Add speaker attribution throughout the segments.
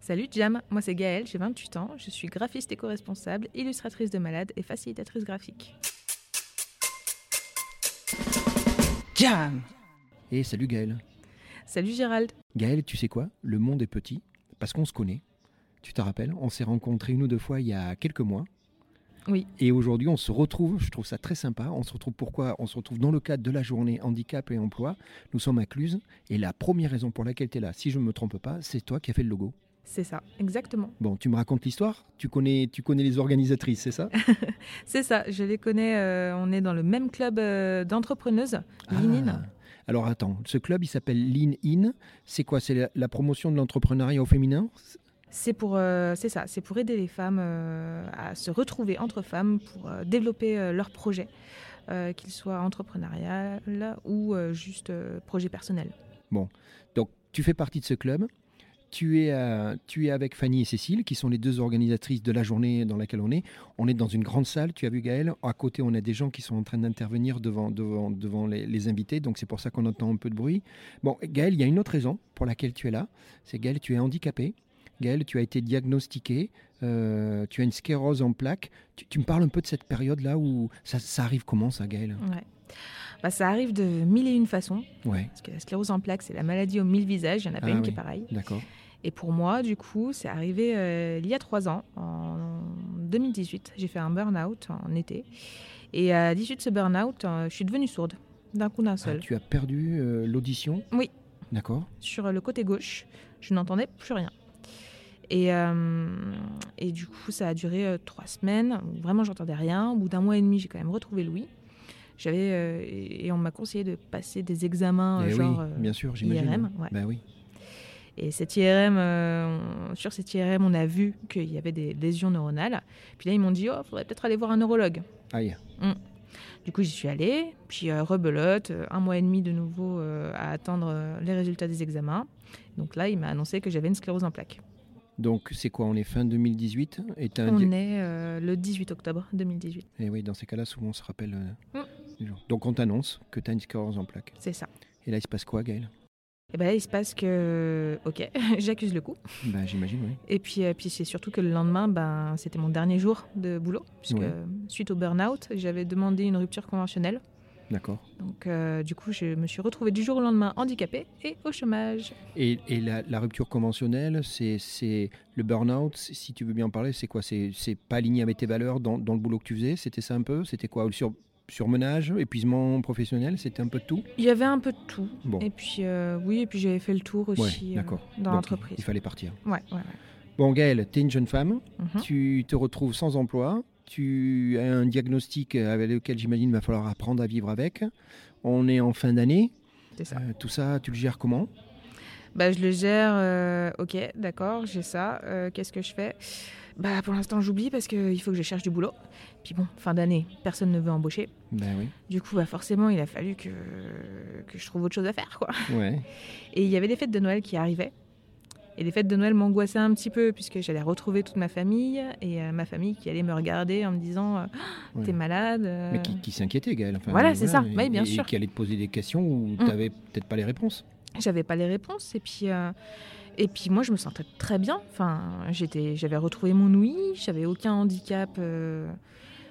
Speaker 1: Salut Jam, moi c'est Gaëlle, j'ai 28 ans, je suis graphiste éco-responsable, illustratrice de malades et facilitatrice graphique.
Speaker 2: Jam Et salut Gaël.
Speaker 1: Salut Gérald
Speaker 2: Gaël, tu sais quoi Le monde est petit parce qu'on se connaît. Tu te rappelles On s'est rencontrés une ou deux fois il y a quelques mois.
Speaker 1: Oui.
Speaker 2: Et aujourd'hui, on se retrouve, je trouve ça très sympa. On se retrouve pourquoi On se retrouve dans le cadre de la journée handicap et emploi. Nous sommes à Cluse et la première raison pour laquelle tu es là, si je ne me trompe pas, c'est toi qui as fait le logo.
Speaker 1: C'est ça, exactement.
Speaker 2: Bon, tu me racontes l'histoire tu connais, tu connais les organisatrices, c'est ça
Speaker 1: C'est ça, je les connais, euh, on est dans le même club euh, d'entrepreneuses,
Speaker 2: Ah.
Speaker 1: Linine.
Speaker 2: Alors attends, ce club, il s'appelle Lean In. C'est quoi C'est la, la promotion de l'entrepreneuriat au féminin
Speaker 1: C'est pour, euh, c'est ça, c'est pour aider les femmes euh, à se retrouver entre femmes pour euh, développer euh, leurs projets, euh, qu'ils soient entrepreneurial ou euh, juste euh, projet personnel.
Speaker 2: Donc, tu fais partie de ce club. Tu es, euh, tu es avec Fanny et Cécile, qui sont les deux organisatrices de la journée dans laquelle on est. On est dans une grande salle, tu as vu Gaël. À côté, on a des gens qui sont en train d'intervenir devant, devant, devant les, les invités, donc c'est pour ça qu'on entend un peu de bruit. Bon, Gaël, il y a une autre raison pour laquelle tu es là. C'est Gaël, tu es handicapé. Gaël, tu as été diagnostiqué. euh, tu as une sclérose en plaques. Tu, tu me parles un peu de cette période-là où ça, ça arrive comment, ça, Gaël
Speaker 1: Ouais. Bah, ça arrive de mille et une façons,
Speaker 2: Ouais,
Speaker 1: parce que la sclérose en plaques, c'est la maladie aux mille visages, il n'y en a pas
Speaker 2: Ah
Speaker 1: une qui
Speaker 2: oui.
Speaker 1: est pareille.
Speaker 2: d'accord.
Speaker 1: Et pour moi, du coup, c'est arrivé euh, il y a trois ans, en 2018. J'ai fait un burn-out en été. Et à l'issue de ce burn-out, euh, je suis devenue sourde, d'un coup d'un
Speaker 2: Ah,
Speaker 1: seul.
Speaker 2: tu as perdu euh, l'audition
Speaker 1: Oui.
Speaker 2: D'accord.
Speaker 1: Sur le côté gauche, je n'entendais plus rien. Et, euh, et du coup, ça a duré euh, trois semaines. où Vraiment, j'entendais rien. Au bout d'un mois et demi, j'ai quand même retrouvé Louis. J'avais euh, et et on m'a conseillé de passer des examens euh,
Speaker 2: Eh
Speaker 1: genre
Speaker 2: oui,
Speaker 1: euh,
Speaker 2: bien sûr, j'imagine.
Speaker 1: IRM, ouais.
Speaker 2: Ben oui.
Speaker 1: Et cette IRM, euh, on- sur cette IRM, on a vu qu'il y avait des lésions neuronales. Puis là, ils m'ont dit, oh, faudrait peut-être aller voir un neurologue.
Speaker 2: Aïe.
Speaker 1: Du coup, j'y suis allée, puis euh, rebelote, euh, un mois et demi de nouveau euh, à attendre euh, les résultats des examens. Donc là, il m'a annoncé que j'avais une sclérose en plaques.
Speaker 2: Donc c'est quoi On est fin 2018 et t'as un
Speaker 1: On
Speaker 2: dia-
Speaker 1: est euh, le 18 octobre 2018,
Speaker 2: Eh oui, dans ces cas-là, souvent on se rappelle euh,
Speaker 1: Mm.
Speaker 2: des gens. Donc on t'annonce que t'as une sclérose en plaques.
Speaker 1: c'est ça.
Speaker 2: Et là, il se passe quoi, Gaël
Speaker 1: Et bien, il se passe que, euh, ok, j'accuse le coup.
Speaker 2: Ben j'imagine, oui.
Speaker 1: Et puis, euh, puis c'est surtout que le lendemain, ben, c'était mon dernier jour de boulot, puisque
Speaker 2: Ouais.
Speaker 1: euh, suite au burn-out, j'avais demandé une rupture conventionnelle.
Speaker 2: D'accord.
Speaker 1: Donc, euh, du coup, je me suis retrouvée du jour au lendemain handicapée et au chômage.
Speaker 2: Et, et la, la rupture conventionnelle, c'est- c'est le burn-out, c'est- si tu veux bien en parler, c'est quoi C'est c'est pas aligné avec tes valeurs dans, dans le boulot que tu faisais C'était ça un peu C'était quoi Sur- Surmenage, épuisement professionnel, c'était un peu de tout
Speaker 1: Il y avait un peu de tout.
Speaker 2: Bon,
Speaker 1: Et puis, euh, oui, et puis j'avais fait le tour aussi
Speaker 2: ouais,
Speaker 1: euh,
Speaker 2: d'accord.
Speaker 1: dans
Speaker 2: Donc,
Speaker 1: l'entreprise.
Speaker 2: Il fallait partir.
Speaker 1: Ouais, ouais, ouais.
Speaker 2: Bon, Gaël, t'es une jeune femme,
Speaker 1: Mhm.
Speaker 2: tu te retrouves sans emploi, tu as un diagnostic avec lequel j'imagine il va falloir apprendre à vivre avec. On est en fin d'année,
Speaker 1: C'est ça.
Speaker 2: Euh, tout ça, tu le gères comment
Speaker 1: Bah, je le gère. euh, ok, d'accord, j'ai ça. euh, Qu'est-ce que je fais Bah, pour l'instant, j'oublie parce qu'il faut que je cherche du boulot. Puis bon, fin d'année, personne ne veut embaucher.
Speaker 2: Ben oui.
Speaker 1: Du coup, bah, forcément, il a fallu que, que je trouve autre chose à faire, quoi.
Speaker 2: Ouais.
Speaker 1: Et il y avait les fêtes de Noël qui arrivaient. Et les fêtes de Noël m'angoissaient un petit peu puisque j'allais retrouver toute ma famille et euh, ma famille qui allait me regarder en me disant euh,
Speaker 2: Ouais.
Speaker 1: t'es malade. euh.
Speaker 2: Mais qui, qui s'inquiétait, Gaël enfin,
Speaker 1: Voilà, c'est ça.
Speaker 2: et-
Speaker 1: Oui, bien
Speaker 2: et,
Speaker 1: sûr. Hum.
Speaker 2: qui allait te poser des questions où tu n'avais peut-être pas les réponses.
Speaker 1: J'avais pas les réponses et puis euh, et puis moi je me sentais très bien. Enfin j'étais j'avais retrouvé mon ouïe, j'avais aucun handicap euh,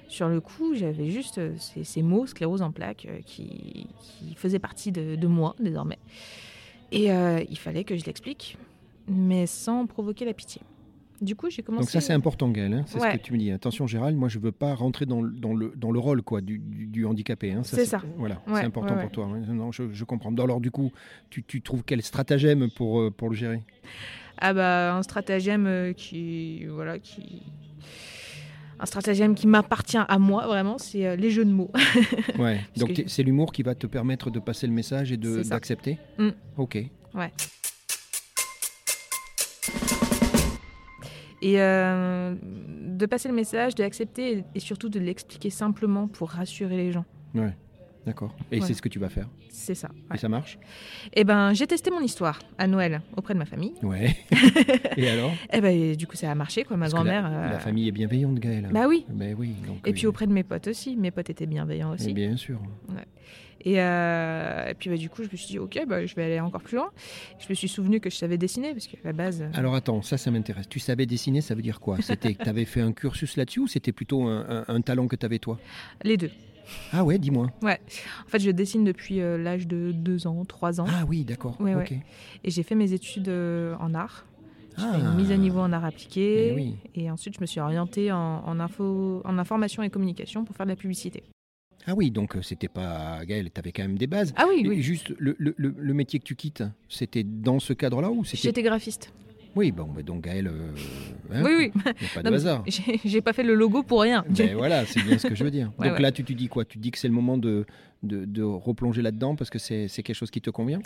Speaker 1: sur le coup. J'avais juste euh, ces, ces mots sclérose en plaques euh, qui, qui faisaient partie de, de moi désormais. Et euh, il fallait que je l'explique, mais sans provoquer la pitié. Du coup j'ai commencé.
Speaker 2: Donc ça, c'est important, Gaël. hein. C'est
Speaker 1: Ouais.
Speaker 2: ce que tu me dis. Attention, Gérald, moi, je ne veux pas rentrer dans, le- dans le, dans le rôle quoi, du, du- du handicapé. hein.
Speaker 1: C'est ça.
Speaker 2: Voilà,
Speaker 1: Ouais,
Speaker 2: c'est important
Speaker 1: ouais, ouais.
Speaker 2: pour toi. hein. Non, je, je comprends. Alors, du coup, tu, tu trouves quel stratagème pour, euh, pour le gérer
Speaker 1: Ah bah un stratagème euh, qui voilà qui un stratagème qui m'appartient à moi vraiment, c'est euh, les jeux de mots.
Speaker 2: Ouais, donc
Speaker 1: que-
Speaker 2: t'es- c'est l'humour qui va te permettre de passer le message et de-
Speaker 1: C'est ça.
Speaker 2: d'accepter
Speaker 1: Mm.
Speaker 2: Ok.
Speaker 1: Et euh, de passer le message, de l'accepter et surtout de l'expliquer simplement pour rassurer les gens.
Speaker 2: D'accord. Et
Speaker 1: Voilà.
Speaker 2: c'est ce que tu vas faire.
Speaker 1: C'est ça.
Speaker 2: Et ça marche
Speaker 1: Et ben, j'ai testé mon histoire à Noël auprès de ma famille.
Speaker 2: Ouais. et alors
Speaker 1: Et ben, et du coup, ça a marché, quoi. Ma
Speaker 2: Parce que la-
Speaker 1: grand-mère.
Speaker 2: La,
Speaker 1: euh,
Speaker 2: famille est bienveillante, Gaëlle.
Speaker 1: Bah oui.
Speaker 2: Mais oui. donc,
Speaker 1: Et
Speaker 2: oui.
Speaker 1: puis auprès de mes potes aussi. Mes potes étaient bienveillants
Speaker 2: Mais
Speaker 1: aussi.
Speaker 2: Bien sûr.
Speaker 1: Et, euh, et puis bah, du coup, je me suis dit, ok, bah, je vais aller encore plus loin. Je me suis souvenu que je savais dessiner, parce que à la base, euh,
Speaker 2: Alors attends, ça, ça m'intéresse. Tu savais dessiner, ça veut dire quoi C'était que tu avais fait un cursus là-dessus ou c'était plutôt un, un- un talent que tu avais toi
Speaker 1: les deux.
Speaker 2: Ah ouais, dis-moi.
Speaker 1: En fait, je dessine depuis euh, l'âge de 2 ans, 3 ans.
Speaker 2: Ah oui, d'accord.
Speaker 1: Ouais, ouais.
Speaker 2: Ok.
Speaker 1: Et j'ai fait mes études euh, en art. J'ai fait
Speaker 2: Ah.
Speaker 1: une mise à niveau en art appliqué.
Speaker 2: Eh oui.
Speaker 1: Et ensuite, je me suis orientée en, en info, en information et communication pour faire de la publicité.
Speaker 2: Ah oui, donc euh, c'était pas Gaëlle, tu avais quand même des bases.
Speaker 1: Ah oui,
Speaker 2: Et
Speaker 1: oui.
Speaker 2: Juste le, le- le- le métier que tu quittes, c'était dans ce cadre-là ou c'était
Speaker 1: J'étais graphiste.
Speaker 2: Oui, bon, bah donc Gaëlle, euh, hein,
Speaker 1: Oui, oui.
Speaker 2: y a pas de
Speaker 1: Non, mais-
Speaker 2: hasard.
Speaker 1: J'ai j'ai pas fait le logo pour rien.
Speaker 2: Ben voilà, c'est bien ce que je veux dire.
Speaker 1: Ouais,
Speaker 2: donc
Speaker 1: ouais.
Speaker 2: là, tu te dis quoi Tu te dis que c'est le moment de, de, de replonger là-dedans parce que c'est c'est quelque chose qui te convient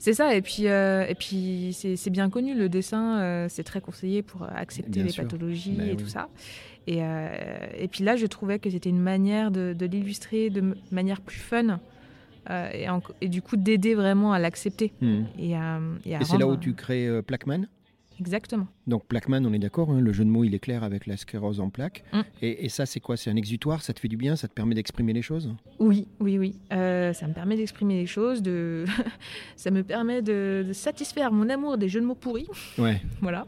Speaker 1: C'est ça, et puis, euh, et puis c'est c'est bien connu, le dessin, euh, c'est très conseillé pour accepter
Speaker 2: Bien
Speaker 1: les
Speaker 2: sûr.
Speaker 1: pathologies
Speaker 2: Ben
Speaker 1: et
Speaker 2: oui.
Speaker 1: tout ça. Et, euh, et puis là, je trouvais que c'était une manière de, de l'illustrer de m- manière plus fun euh, et, en- et du coup d'aider vraiment à l'accepter.
Speaker 2: Hmm.
Speaker 1: Et, euh, et à
Speaker 2: Et c'est là
Speaker 1: rendre-
Speaker 2: où tu crées euh, Plaquemine
Speaker 1: Exactement.
Speaker 2: Donc Plaquemine, on est d'accord, hein, le jeu de mots, il est clair avec la sclérose en plaques.
Speaker 1: Mm.
Speaker 2: Et, et ça, c'est quoi C'est un exutoire Ça te fait du bien Ça te permet d'exprimer les choses
Speaker 1: Oui, oui, oui. Euh, ça me permet d'exprimer les choses, de... ça me permet de, de satisfaire mon amour des jeux de mots pourris.
Speaker 2: Ouais.
Speaker 1: Voilà.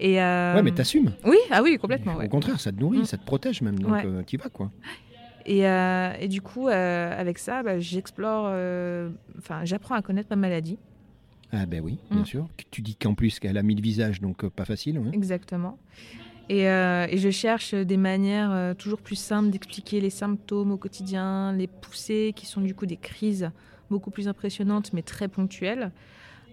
Speaker 1: Et, euh,
Speaker 2: Ouais, mais t'assumes.
Speaker 1: Oui, ah oui, complètement.
Speaker 2: Au
Speaker 1: ouais.
Speaker 2: contraire, ça te nourrit,
Speaker 1: Mm.
Speaker 2: ça te protège même. Donc
Speaker 1: Ouais.
Speaker 2: euh, t'y vas, quoi.
Speaker 1: Et, euh, et du coup, euh, avec ça, bah, j'explore, euh, enfin, j'apprends à connaître ma maladie,
Speaker 2: Ah ben oui, bien
Speaker 1: Mm.
Speaker 2: sûr. Tu dis qu'en plus qu'elle a mis le visage, donc euh, pas facile. hein.
Speaker 1: exactement. Et, euh, et je cherche des manières euh, toujours plus simples d'expliquer les symptômes au quotidien, les poussées qui sont du coup des crises beaucoup plus impressionnantes mais très ponctuelles,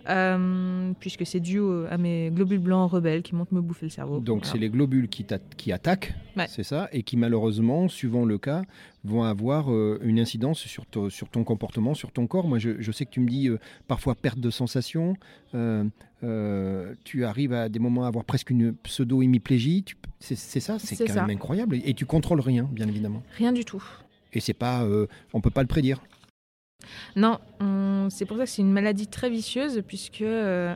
Speaker 1: euh, puisque c'est dû au- à mes globules blancs rebelles qui montent me bouffer le cerveau.
Speaker 2: Donc c'est
Speaker 1: Voilà.
Speaker 2: les globules qui, t'a- qui attaquent,
Speaker 1: Oh, Ouais.
Speaker 2: c'est ça, et qui malheureusement, suivant le cas, vont avoir euh, une incidence sur, to- sur ton comportement, sur ton corps. Moi, je, je sais que tu me dis euh, parfois perte de sensation, euh, euh, tu arrives à des moments à avoir presque une pseudo-hémiplégie, tu- c'est c'est ça, c'est
Speaker 1: C'est
Speaker 2: quand
Speaker 1: ça.
Speaker 2: même incroyable, et tu contrôles rien, bien évidemment.
Speaker 1: Rien du tout.
Speaker 2: Et c'est pas, euh, on peut pas le prédire.
Speaker 1: Non, on- c'est pour ça que c'est une maladie très vicieuse, puisque euh,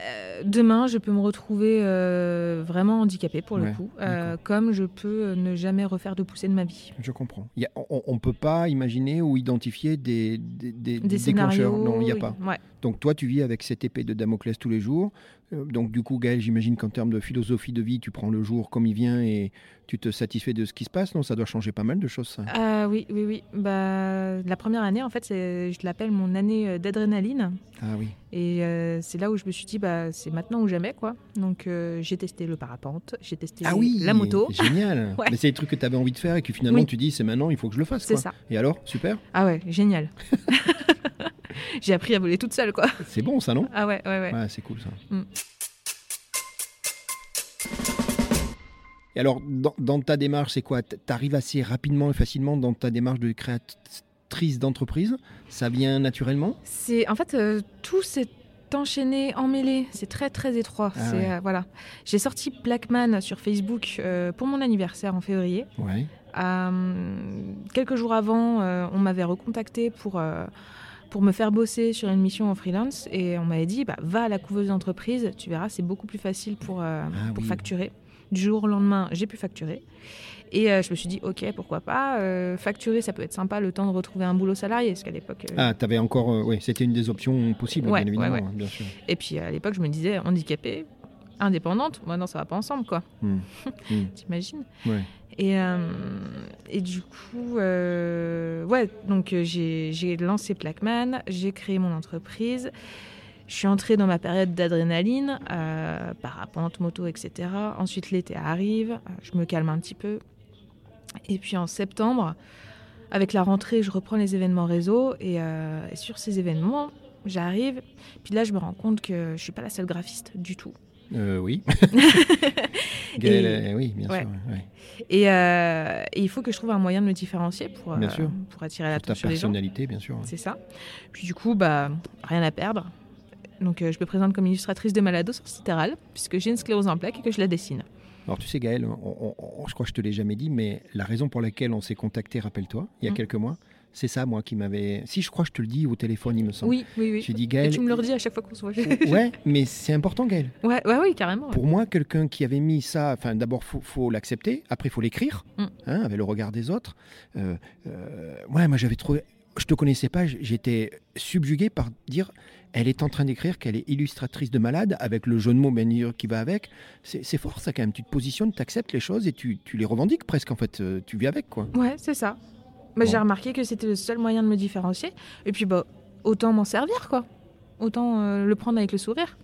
Speaker 1: euh, demain, je peux me retrouver euh, vraiment handicapée pour le
Speaker 2: Ouais,
Speaker 1: coup, euh, comme je peux ne jamais refaire de poussée de ma vie.
Speaker 2: Je comprends. Il y a- on, on peut pas imaginer ou identifier des, des, des-
Speaker 1: Des
Speaker 2: des déclencheurs.
Speaker 1: scénarios.
Speaker 2: Non, il n'y a pas.
Speaker 1: ouais.
Speaker 2: Donc toi, tu vis avec cette épée de Damoclès tous les jours. Euh, Donc du coup, Gaël, j'imagine qu'en termes de philosophie de vie, tu prends le jour comme il vient et tu te satisfais de ce qui se passe. Non, ça doit changer pas mal de choses, ça.
Speaker 1: Ah oui, oui, oui. Bah, la première année, en fait, c'est- je l'appelle mon année euh, d'adrénaline.
Speaker 2: Ah oui.
Speaker 1: Et euh, c'est là où je me suis dit, bah, c'est maintenant ou jamais, quoi. Donc, euh, j'ai testé le parapente, j'ai testé
Speaker 2: Ah oui
Speaker 1: la moto.
Speaker 2: Génial
Speaker 1: Ouais.
Speaker 2: Mais c'est des trucs que tu avais envie de faire et que finalement
Speaker 1: Oui.
Speaker 2: tu dis, c'est maintenant, il faut que je le fasse.
Speaker 1: C'est
Speaker 2: Quoi.
Speaker 1: ça.
Speaker 2: Et alors Super
Speaker 1: Ah ouais, génial. j'ai appris à voler toute seule, quoi.
Speaker 2: C'est bon, ça, non
Speaker 1: Ah ouais, ouais, ouais.
Speaker 2: Ouais, c'est cool, ça.
Speaker 1: Mm.
Speaker 2: Et alors, dans, dans ta démarche, c'est quoi Tu arrives assez rapidement et facilement dans ta démarche de créatrice d'entreprise Ça vient naturellement
Speaker 1: C'est en fait euh, tout s'est enchaîné, emmêlé. C'est très très étroit.
Speaker 2: Ah
Speaker 1: c'est
Speaker 2: ouais.
Speaker 1: euh, voilà. J'ai sorti Blackman sur Facebook euh, pour mon anniversaire en février.
Speaker 2: Ouais.
Speaker 1: Euh, quelques jours avant, euh, on m'avait recontacté pour euh, pour me faire bosser sur une mission en freelance et on m'avait dit bah, va à la couveuse d'entreprise, tu verras, c'est beaucoup plus facile pour euh,
Speaker 2: Ah
Speaker 1: pour
Speaker 2: oui.
Speaker 1: facturer. Du jour au lendemain, j'ai pu facturer. Et euh, je me suis dit, ok, pourquoi pas. euh, facturer, ça peut être sympa le temps de retrouver un boulot salarié, parce qu'à l'époque, euh,
Speaker 2: Ah, t'avais encore. euh, oui, c'était une des options possibles,
Speaker 1: Ouais,
Speaker 2: bien
Speaker 1: ouais,
Speaker 2: évidemment, bien sûr.
Speaker 1: Et puis à l'époque, je me disais handicapée, indépendante, moi non, ça va pas ensemble quoi.
Speaker 2: Hmm. Hmm.
Speaker 1: T'imagines
Speaker 2: Ouais.
Speaker 1: et, euh, et du coup, euh, ouais, donc euh, j'ai j'ai lancé Plaqueman, j'ai créé mon entreprise. Je suis entrée dans ma période d'adrénaline, euh, parapente, moto, etc. Ensuite, l'été arrive, euh, je me calme un petit peu. Et puis en septembre, avec la rentrée, je reprends les événements réseau. Et, euh, et sur ces événements, j'arrive. Puis là, je me rends compte que je suis pas la seule graphiste du tout.
Speaker 2: Euh, oui. Gaëlle,
Speaker 1: Et-
Speaker 2: euh, oui, bien
Speaker 1: ouais.
Speaker 2: sûr. ouais.
Speaker 1: Et, euh, et il faut que je trouve un moyen de me différencier pour,
Speaker 2: Bien
Speaker 1: euh,
Speaker 2: sûr.
Speaker 1: pour attirer
Speaker 2: Pour ta
Speaker 1: l'attention des gens.
Speaker 2: personnalité, bien sûr.
Speaker 1: C'est ça. Puis du coup, bah, rien à perdre. Donc euh, je me présente comme illustratrice de malado sorcitérale, puisque j'ai une sclérose en plaques et que je la dessine.
Speaker 2: Alors tu sais oh, Gaël, on- on- on- je crois que je te l'ai jamais dit, mais la raison pour laquelle on s'est contacté, rappelle-toi, il y a
Speaker 1: Mm.
Speaker 2: quelques mois, C'est ça, moi, qui m'avait. Si je crois, je te le dis au téléphone, il me semble.
Speaker 1: Oui, oui, oui.
Speaker 2: J'ai dit,
Speaker 1: Et
Speaker 2: Gaël.
Speaker 1: tu me le redis à chaque fois qu'on se voit.
Speaker 2: ouais, mais c'est important, Gaël.
Speaker 1: ouais, ouais, oui, carrément.
Speaker 2: Pour moi, quelqu'un qui avait mis ça, enfin, d'abord, faut, faut l'accepter, après, faut l'écrire,
Speaker 1: Mm.
Speaker 2: hein, avec le regard des autres. Euh, euh, ouais, moi, j'avais trouvé. Je te connaissais pas, j- j'étais subjugué par dire elle est en train d'écrire qu'elle est illustratrice de malade, avec le jeu de mots bien sûr qui va avec. C'est c'est fort, ça, quand même. Tu te positionnes, tu acceptes les choses et tu, tu les revendiques presque, en fait. Euh, Tu vis avec, quoi.
Speaker 1: Ouais, c'est ça. Bah,
Speaker 2: Bon.
Speaker 1: J'ai remarqué que c'était le seul moyen de me différencier. Et puis, bah, autant m'en servir, quoi. Autant euh, le prendre avec le sourire.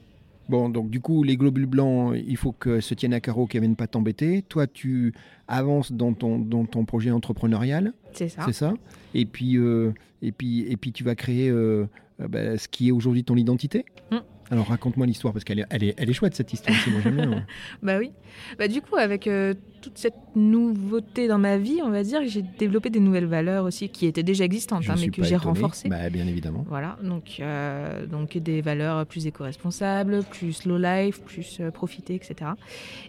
Speaker 2: Bon, donc du coup, les globules blancs, il faut qu'elles se tiennent à carreau, qu'elles ne viennent pas t'embêter. Toi, tu avances dans ton, dans ton projet entrepreneurial,
Speaker 1: C'est ça.
Speaker 2: c'est ça et puis, euh, et, puis, et puis, tu vas créer euh, euh, bah, ce qui est aujourd'hui ton identité
Speaker 1: Mm.
Speaker 2: Alors, raconte-moi l'histoire, parce qu'elle est, elle est, elle est chouette, cette histoire. si, hein. moi, j'aime bien, ouais.
Speaker 1: Bah oui. Bah, du coup, avec euh, toute cette nouveauté dans ma vie, on va dire, j'ai développé des nouvelles valeurs aussi qui étaient déjà existantes,
Speaker 2: Je
Speaker 1: hein,
Speaker 2: ne
Speaker 1: mais
Speaker 2: suis
Speaker 1: que
Speaker 2: pas
Speaker 1: j'ai
Speaker 2: étonné.
Speaker 1: renforcées.
Speaker 2: Bah, bien évidemment.
Speaker 1: Voilà, donc, euh, donc des valeurs plus éco-responsables, plus slow life, plus euh, profiter, etc.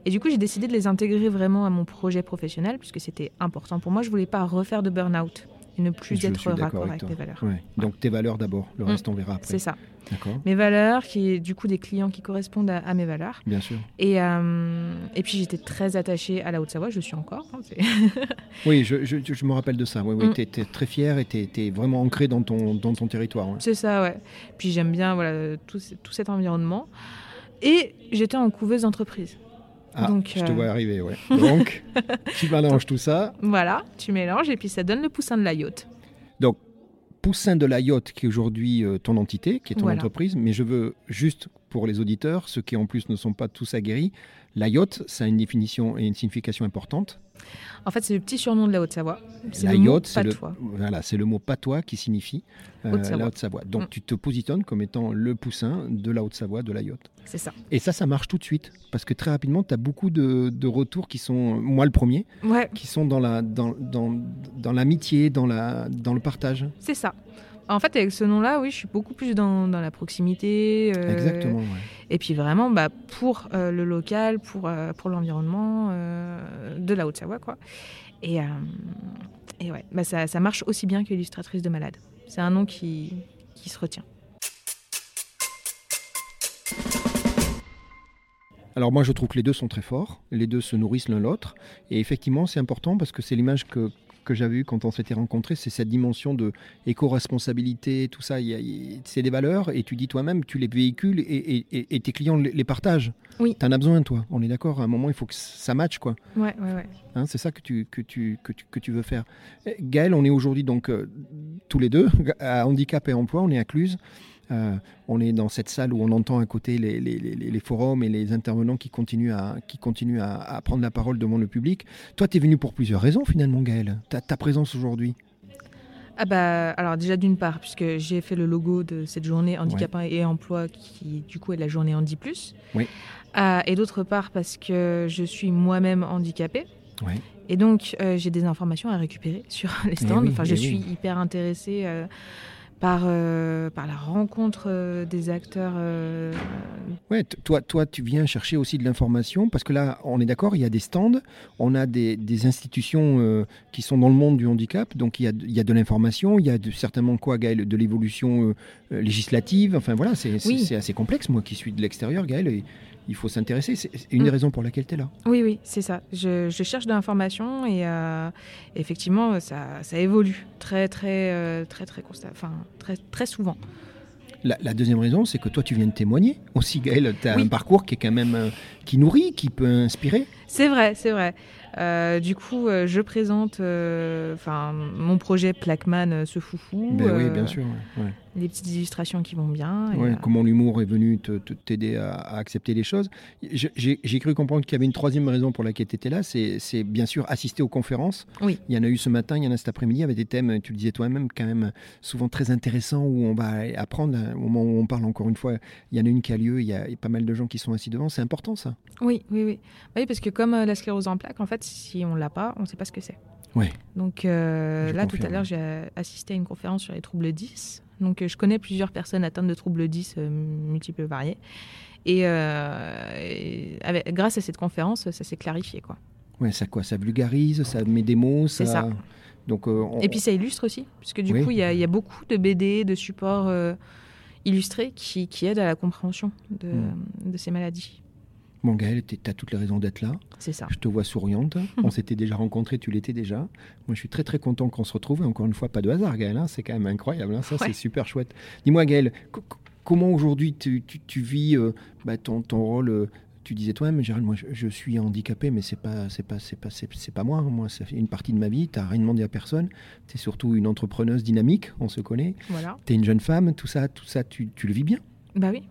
Speaker 1: Et du coup, j'ai décidé de les intégrer vraiment à mon projet professionnel, puisque c'était important pour moi. Je voulais pas refaire de burn-out et ne plus
Speaker 2: Je suis
Speaker 1: être
Speaker 2: d'accord
Speaker 1: raccord
Speaker 2: avec
Speaker 1: avec,
Speaker 2: toi.
Speaker 1: mes valeurs.
Speaker 2: Ouais. Donc, tes valeurs d'abord, le
Speaker 1: Mm.
Speaker 2: reste, on verra
Speaker 1: C'est
Speaker 2: après.
Speaker 1: ça.
Speaker 2: D'accord
Speaker 1: Mes valeurs, qui est du coup des clients qui correspondent à, à mes valeurs.
Speaker 2: Bien sûr.
Speaker 1: Et, euh, et puis j'étais très attachée à la Haute-Savoie, je le suis encore. hein, c'est-
Speaker 2: Oui, je, je- je me rappelle de ça. Oui, oui,
Speaker 1: Mm.
Speaker 2: tu es, très fier et tu es, vraiment ancré dans ton, dans ton territoire. hein. ouais.
Speaker 1: C'est ça, ouais. Puis j'aime bien voilà, tout, ce- tout cet environnement. Et j'étais en couveuse d'entreprise.
Speaker 2: Ah,
Speaker 1: Donc,
Speaker 2: je te
Speaker 1: euh,
Speaker 2: vois arriver, ouais. Donc, tu mélanges tout ça.
Speaker 1: Voilà, tu mélanges et puis ça donne le poussin de la yacht.
Speaker 2: Poussin de la yacht, qui est aujourd'hui euh, ton entité, qui est ton
Speaker 1: Voilà.
Speaker 2: entreprise, mais je veux juste pour les auditeurs, ceux qui en plus ne sont pas tous aguerris, la yacht, ça a une définition et une signification importante.
Speaker 1: En fait, c'est le petit surnom de la Haute-Savoie. C'est
Speaker 2: La
Speaker 1: le mot
Speaker 2: yacht, c'est le,
Speaker 1: patois.
Speaker 2: voilà, c'est le mot patois qui signifie euh,
Speaker 1: Haute-Savoie.
Speaker 2: la Haute-Savoie. Donc
Speaker 1: Mm.
Speaker 2: tu te positionnes comme étant le poussin de la Haute-Savoie, de la yacht.
Speaker 1: C'est ça.
Speaker 2: Et ça, ça marche tout de suite, parce que très rapidement, tu as beaucoup de, de retours qui sont, moi le premier,
Speaker 1: Ouais,
Speaker 2: qui sont dans la dans, dans, dans l'amitié, dans la dans le partage.
Speaker 1: c'est ça. En fait, avec ce nom-là, oui, je suis beaucoup plus dans, dans la proximité. euh,
Speaker 2: Exactement. ouais.
Speaker 1: Et puis vraiment, bah, pour euh, le local, pour, euh, pour l'environnement euh, de la Haute-Savoie, quoi. Et, euh, et ouais, bah, ça, ça marche aussi bien que illustratrice de malade. C'est un nom qui, qui se retient.
Speaker 2: Alors moi, je trouve que les deux sont très forts. Les deux se nourrissent l'un l'autre. Et effectivement, c'est important parce que c'est l'image que que j'avais eue quand on s'était rencontrés, c'est cette dimension de éco-responsabilité, tout ça. il y a- il- C'est des valeurs et tu dis toi-même, tu les véhicules et, et- et- et tes clients les, les partagent.
Speaker 1: Oui.
Speaker 2: T'en as besoin, toi. On est d'accord. À un moment, il faut que ça matche, quoi.
Speaker 1: Ouais, ouais, ouais.
Speaker 2: Hein, c'est ça que tu, que, tu, que, tu, que tu veux faire. Eh, Gaël, on est aujourd'hui donc euh, tous les deux à handicap et emploi, on est à Cluse. Euh, on est dans cette salle où on entend à côté les, les- les- les forums et les intervenants qui continuent, à, qui continuent à, à prendre la parole devant le public. Toi, tu es venu pour plusieurs raisons finalement, Gaël. Ta, ta présence aujourd'hui.
Speaker 1: Ah bah, alors déjà d'une part, puisque j'ai fait le logo de cette journée handicapants et emploi qui du coup est la journée Handi Plus.
Speaker 2: Oui.
Speaker 1: Ah, et d'autre part parce que je suis moi-même handicapée.
Speaker 2: Oui.
Speaker 1: Et donc euh, j'ai des informations à récupérer sur les stands.
Speaker 2: oui,
Speaker 1: enfin, je
Speaker 2: eh
Speaker 1: suis
Speaker 2: oui.
Speaker 1: hyper intéressée euh, par, euh, par la rencontre euh, des acteurs. euh,
Speaker 2: Ouais, t- toi, toi, tu viens chercher aussi de l'information parce que là, on est d'accord, il y a des stands, on a des, des institutions euh, qui sont dans le monde du handicap, donc il y a, de- il y a de l'information, il y a de- certainement quoi, Gaël, de l'évolution euh, euh, législative. Enfin voilà, c'est c'est-
Speaker 1: Oui.
Speaker 2: c'est assez complexe. Moi qui suis de l'extérieur, Gaël, et il faut s'intéresser. C'est c'est une
Speaker 1: Mm.
Speaker 2: des raisons pour laquelle tu es là.
Speaker 1: Oui, oui, c'est ça. Je, je cherche de l'information et euh, effectivement, ça, ça évolue très, très, euh, très, très, constat, enfin, très, très souvent.
Speaker 2: La, la deuxième raison, c'est que toi, tu viens de témoigner aussi, Gaël. Tu as
Speaker 1: Oui.
Speaker 2: un parcours qui est quand même euh, qui nourrit, qui peut inspirer.
Speaker 1: C'est vrai, c'est vrai. Euh, du coup, euh, je présente euh, enfin, mon projet Plaqueman, euh, ce foufou.
Speaker 2: Ben oui,
Speaker 1: euh,
Speaker 2: bien sûr. ouais, ouais.
Speaker 1: Les petites illustrations qui vont bien. et,
Speaker 2: Ouais,
Speaker 1: euh,
Speaker 2: Comment l'humour est venu te- te- t'aider à, à accepter les choses. Je- J'ai j'ai cru comprendre qu'il y avait une troisième raison pour laquelle tu étais là, c'est c'est bien sûr assister aux conférences.
Speaker 1: Oui.
Speaker 2: Il y en a eu ce matin, il y en a cet après-midi, avec des thèmes, tu le disais toi-même, quand même souvent très intéressants où on va apprendre, hein, au moment où on parle encore une fois, il y en a une qui a lieu, il y a pas mal de gens qui sont assis devant, c'est important ça.
Speaker 1: Oui, oui, oui. Bah oui, parce que comme euh, la sclérose en plaques, en fait, si on l'a pas, on ne sait pas ce que c'est.
Speaker 2: Ouais.
Speaker 1: Donc euh,
Speaker 2: Je
Speaker 1: là, tout
Speaker 2: confirme.
Speaker 1: à l'heure, j'ai assisté à une conférence sur les troubles 10. Donc euh, je connais plusieurs personnes atteintes de troubles 10 euh, multiples variés. Et, euh, et avec- grâce à cette conférence, ça s'est clarifié. quoi.
Speaker 2: Ouais, ça quoi Ça vulgarise, ça met des mots, ça.
Speaker 1: C'est ça.
Speaker 2: Donc, euh, on-
Speaker 1: Et puis ça illustre aussi, puisque du
Speaker 2: Oui.
Speaker 1: coup, il y, a- il y a beaucoup de BD, de supports euh, illustrés qui, qui aident à la compréhension de,
Speaker 2: Mm.
Speaker 1: de ces maladies.
Speaker 2: Bon, Gaëlle, t'es- t'as toutes les raisons d'être là.
Speaker 1: C'est ça.
Speaker 2: Je te vois souriante. On s'était déjà rencontrés, tu l'étais déjà. Moi, je suis très très content qu'on se retrouve. Et encore une fois, pas de hasard, Gaël. hein. C'est quand même incroyable. hein. Ça,
Speaker 1: Ouais.
Speaker 2: c'est super chouette. Dis-moi, Gaël, co- co- comment aujourd'hui tu, tu- tu vis euh, bah, ton, ton rôle euh, tu disais toi-même, Gérald, moi je, je suis handicapé, mais c'est pas, c'est pas, c'est pas, c'est, c'est pas moi. hein. Moi, ça fait une partie de ma vie. T'as rien demandé à personne. T'es surtout une entrepreneuse dynamique. On se connaît.
Speaker 1: Voilà.
Speaker 2: T'es une jeune femme. Tout ça, tout ça, tu, tu le vis bien.
Speaker 1: Bah oui.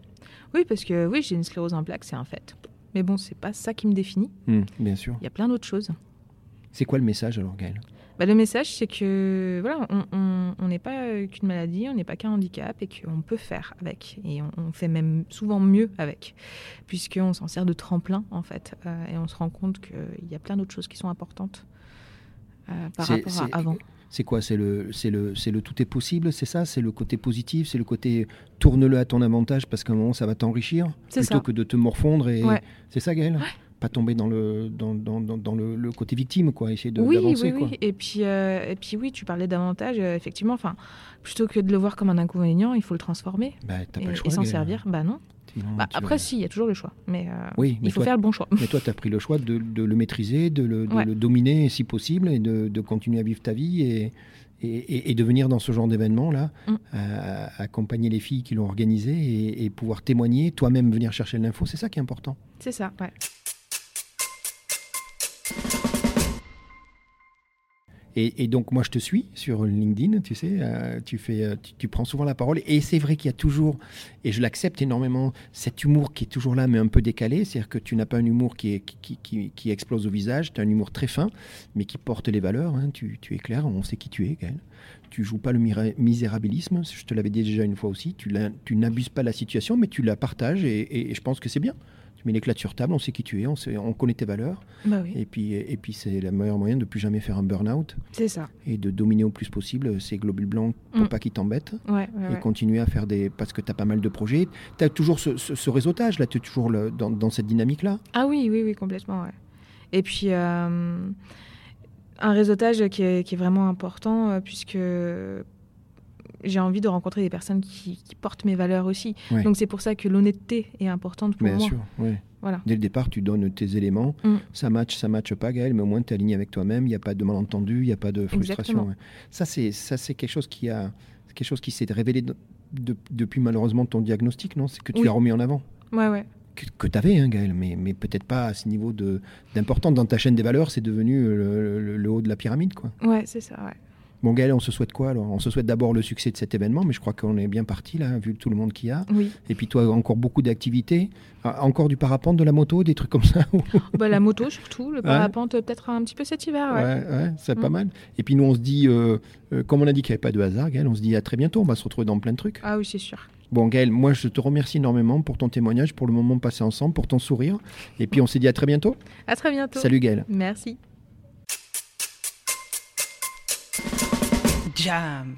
Speaker 1: Oui, parce que oui, j'ai une sclérose en plaques, c'est un fait. Mais bon, c'est pas ça qui me définit.
Speaker 2: bien sûr.
Speaker 1: Il y a plein d'autres choses.
Speaker 2: C'est quoi le message alors, Gaël
Speaker 1: Bah, le message, c'est que voilà, on- on on n'est pas euh, qu'une maladie, on n'est pas qu'un handicap et qu'on peut faire avec. Et on, on fait même souvent mieux avec, puisqu'on s'en sert de tremplin en fait. Euh, et on se rend compte qu'il y a plein d'autres choses qui sont importantes euh, par
Speaker 2: C'est-
Speaker 1: rapport à
Speaker 2: c'est-
Speaker 1: avant.
Speaker 2: C'est quoi C'est le, c'est le, c'est le tout est possible, c'est ça C'est le côté positif, c'est le côté tourne-le à ton avantage parce qu'à un moment ça va t'enrichir
Speaker 1: C'est
Speaker 2: plutôt
Speaker 1: ça.
Speaker 2: que de te morfondre et
Speaker 1: Ouais.
Speaker 2: c'est ça, Gaël. Pas tomber dans le dans, dans, dans- dans le, le côté victime quoi, essayer de
Speaker 1: oui,
Speaker 2: d'avancer
Speaker 1: oui,
Speaker 2: quoi.
Speaker 1: oui. Et puis, euh, et puis oui, tu parlais davantage, euh, effectivement. Enfin, plutôt que de le voir comme un inconvénient, il faut le transformer
Speaker 2: Bah, t'as
Speaker 1: et,
Speaker 2: pas
Speaker 1: et
Speaker 2: le choix.
Speaker 1: s'en
Speaker 2: Gaël.
Speaker 1: servir. Bah non.
Speaker 2: Sinon,
Speaker 1: Bah,
Speaker 2: tu
Speaker 1: après,
Speaker 2: vas-
Speaker 1: si, il y a toujours le choix, mais euh,
Speaker 2: oui, mais
Speaker 1: il faut
Speaker 2: toi,
Speaker 1: faire le bon choix.
Speaker 2: mais toi, t'as pris le choix de, de le maîtriser, de le, de
Speaker 1: Ouais.
Speaker 2: le dominer si possible et de, de continuer à vivre ta vie et et, et- et de venir dans ce genre d'événement là,
Speaker 1: Mm.
Speaker 2: à- à accompagner les filles qui l'ont organisé et, et pouvoir témoigner, toi-même venir chercher l'info, c'est ça qui est important.
Speaker 1: C'est ça. Ouais.
Speaker 2: Et, et donc moi je te suis sur LinkedIn, tu sais, euh, tu fais, euh, tu, tu prends souvent la parole. Et c'est vrai qu'il y a toujours, et je l'accepte énormément, cet humour qui est toujours là, mais un peu décalé. C'est-à-dire que tu n'as pas un humour qui, est- qui, qui- qui- qui explose au visage, tu as un humour très fin, mais qui porte les valeurs. hein. Tu, tu es clair, on sait qui tu es, Gaël. Tu joues pas le mira- misérabilisme, je te l'avais dit déjà une fois aussi. Tu, l'as- tu n'abuses pas la situation, mais tu la partages, et, et- et je pense que c'est bien. Tu mets les clats sur table, on sait qui tu es, on, sait- on connaît tes valeurs,
Speaker 1: Bah oui,
Speaker 2: et puis, et puis c'est le meilleur moyen de plus jamais faire un burn-out
Speaker 1: c'est ça.
Speaker 2: et de dominer au plus possible ces globules blancs pour
Speaker 1: Mm.
Speaker 2: pas qu'ils t'embêtent
Speaker 1: Ouais, ouais,
Speaker 2: et
Speaker 1: ouais.
Speaker 2: continuer à faire des parce que tu as pas mal de projets tu as toujours ce, ce- ce réseautage là tu es toujours le- dans, dans cette dynamique là
Speaker 1: Ah oui, oui, oui, complètement. ouais. Et puis, euh, un réseautage qui est, qui est vraiment important, euh, puisque j'ai envie de rencontrer des personnes qui, qui portent mes valeurs aussi.
Speaker 2: Ouais.
Speaker 1: Donc, c'est pour ça que l'honnêteté est importante pour
Speaker 2: bien
Speaker 1: moi.
Speaker 2: sûr ouais.
Speaker 1: Voilà.
Speaker 2: dès le départ tu donnes tes éléments
Speaker 1: Mm.
Speaker 2: ça match ça match pas Gaël mais au moins tu es aligné avec toi-même il n'y a pas de malentendu il n'y a pas de frustration
Speaker 1: Exactement.
Speaker 2: ouais. ça c'est ça c'est quelque chose qui a c'est quelque chose qui s'est révélé de- de- depuis malheureusement ton diagnostic non c'est que tu
Speaker 1: Oui.
Speaker 2: as remis en avant
Speaker 1: Ouais, ouais.
Speaker 2: que, tu avais, hein, Gaël, mais, mais peut-être pas à ce niveau de- d'importance. Dans ta chaîne des valeurs, c'est devenu le- le- le haut de la pyramide. quoi.
Speaker 1: Ouais, c'est ça. ouais.
Speaker 2: Bon Gaël, on se souhaite quoi alors On se souhaite d'abord le succès de cet événement, mais je crois qu'on est bien parti là, vu tout le monde qu'il y a.
Speaker 1: Oui.
Speaker 2: Et puis toi, encore beaucoup d'activités, Ah, encore du parapente, de la moto, des trucs comme ça. ouais,
Speaker 1: bah, la moto, surtout. Le parapente, euh, peut-être un petit peu cet hiver. ouais.
Speaker 2: ouais, c'est
Speaker 1: Mm.
Speaker 2: pas mal. Et puis nous, on se dit, euh, euh, comme on a dit qu'il n'y avait pas de hasard, Gaël, on se dit à très bientôt, on va se retrouver dans plein de trucs.
Speaker 1: Ah oui, c'est sûr.
Speaker 2: Bon Gaël, moi je te remercie énormément pour ton témoignage, pour le moment passé ensemble, pour ton sourire. Et puis on se dit à très bientôt.
Speaker 1: À très bientôt.
Speaker 2: Salut Gaël.
Speaker 1: Merci.
Speaker 3: Jam.